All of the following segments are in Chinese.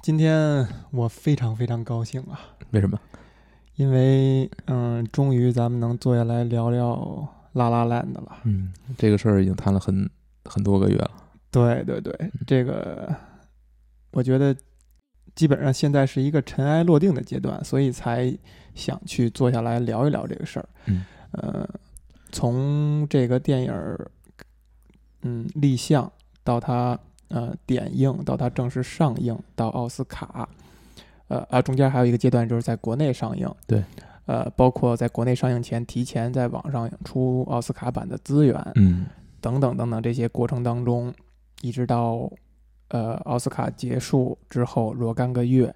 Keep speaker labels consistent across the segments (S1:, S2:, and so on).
S1: 今天我非常非常高兴啊，
S2: 为什么？
S1: 因为嗯，终于咱们能坐下来聊聊拉拉烂的了。
S2: 嗯，这个事儿已经谈了很很多个月了。
S1: 对对对，
S2: 嗯
S1: 这个我觉得基本上现在是一个尘埃落定的阶段，所以才想去坐下来聊一聊这个事儿。
S2: 嗯，
S1: 呃，从这个电影儿嗯立项到它呃点映，到它正式上映，到奥斯卡，呃啊中间还有一个阶段就是在国内上映。
S2: 对。
S1: 呃，包括在国内上映前，提前在网上出奥斯卡版的资源，
S2: 嗯
S1: 等等等等这些过程当中，一直到呃奥斯卡结束之后若干个月，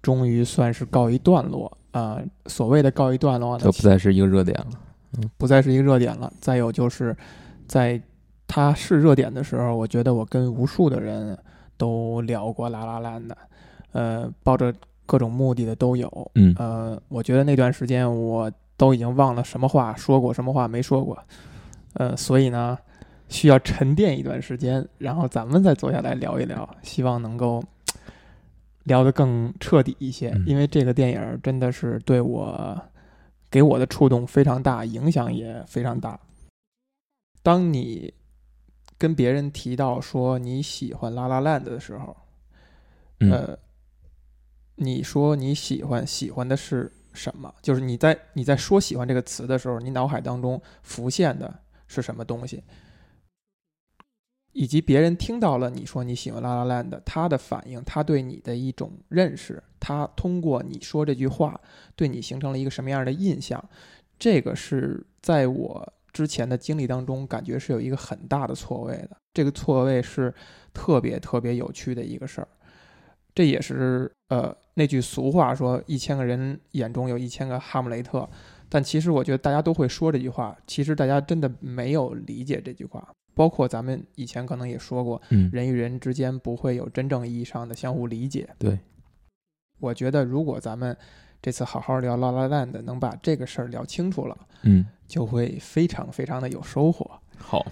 S1: 终于算是告一段落啊、呃所谓的告一段落呢，
S2: 就不再是一个热点了。
S1: 不再是一个热点了。再有就是，在它是热点的时候，我觉得我跟无数的人都聊过《拉拉烂》的，呃，抱着各种目的的都有。
S2: 嗯
S1: 呃，我觉得那段时间我都已经忘了什么话说过，什么话没说过，呃，所以呢，需要沉淀一段时间，然后咱们再坐下来聊一聊，希望能够聊得更彻底一些
S2: 嗯，
S1: 因为这个电影真的是对我给我的触动非常大，影响也非常大。当你跟别人提到说你喜欢《拉拉烂》的时候，
S2: 嗯
S1: 呃，你说你喜欢喜欢的是什么？就是你在你在说喜欢这个词的时候，你脑海当中浮现的是什么东西？以及别人听到了你说你喜欢拉拉烂的，他的反应，他对你的一种认识，他通过你说这句话对你形成了一个什么样的印象？这个是在我之前的经历当中，感觉是有一个很大的错位的。这个错位是特别特别有趣的一个事儿。这也是呃那句俗话说“一千个人眼中有一千个哈姆雷特”，但其实我觉得大家都会说这句话，其实大家真的没有理解这句话。包括咱们以前可能也说过，
S2: 嗯
S1: 人与人之间不会有真正意义上的相互理解。
S2: 对，
S1: 我觉得如果咱们这次好好聊拉拉烂的，能把这个事儿聊清楚了，
S2: 嗯，
S1: 就会非常非常的有收获。
S2: 好，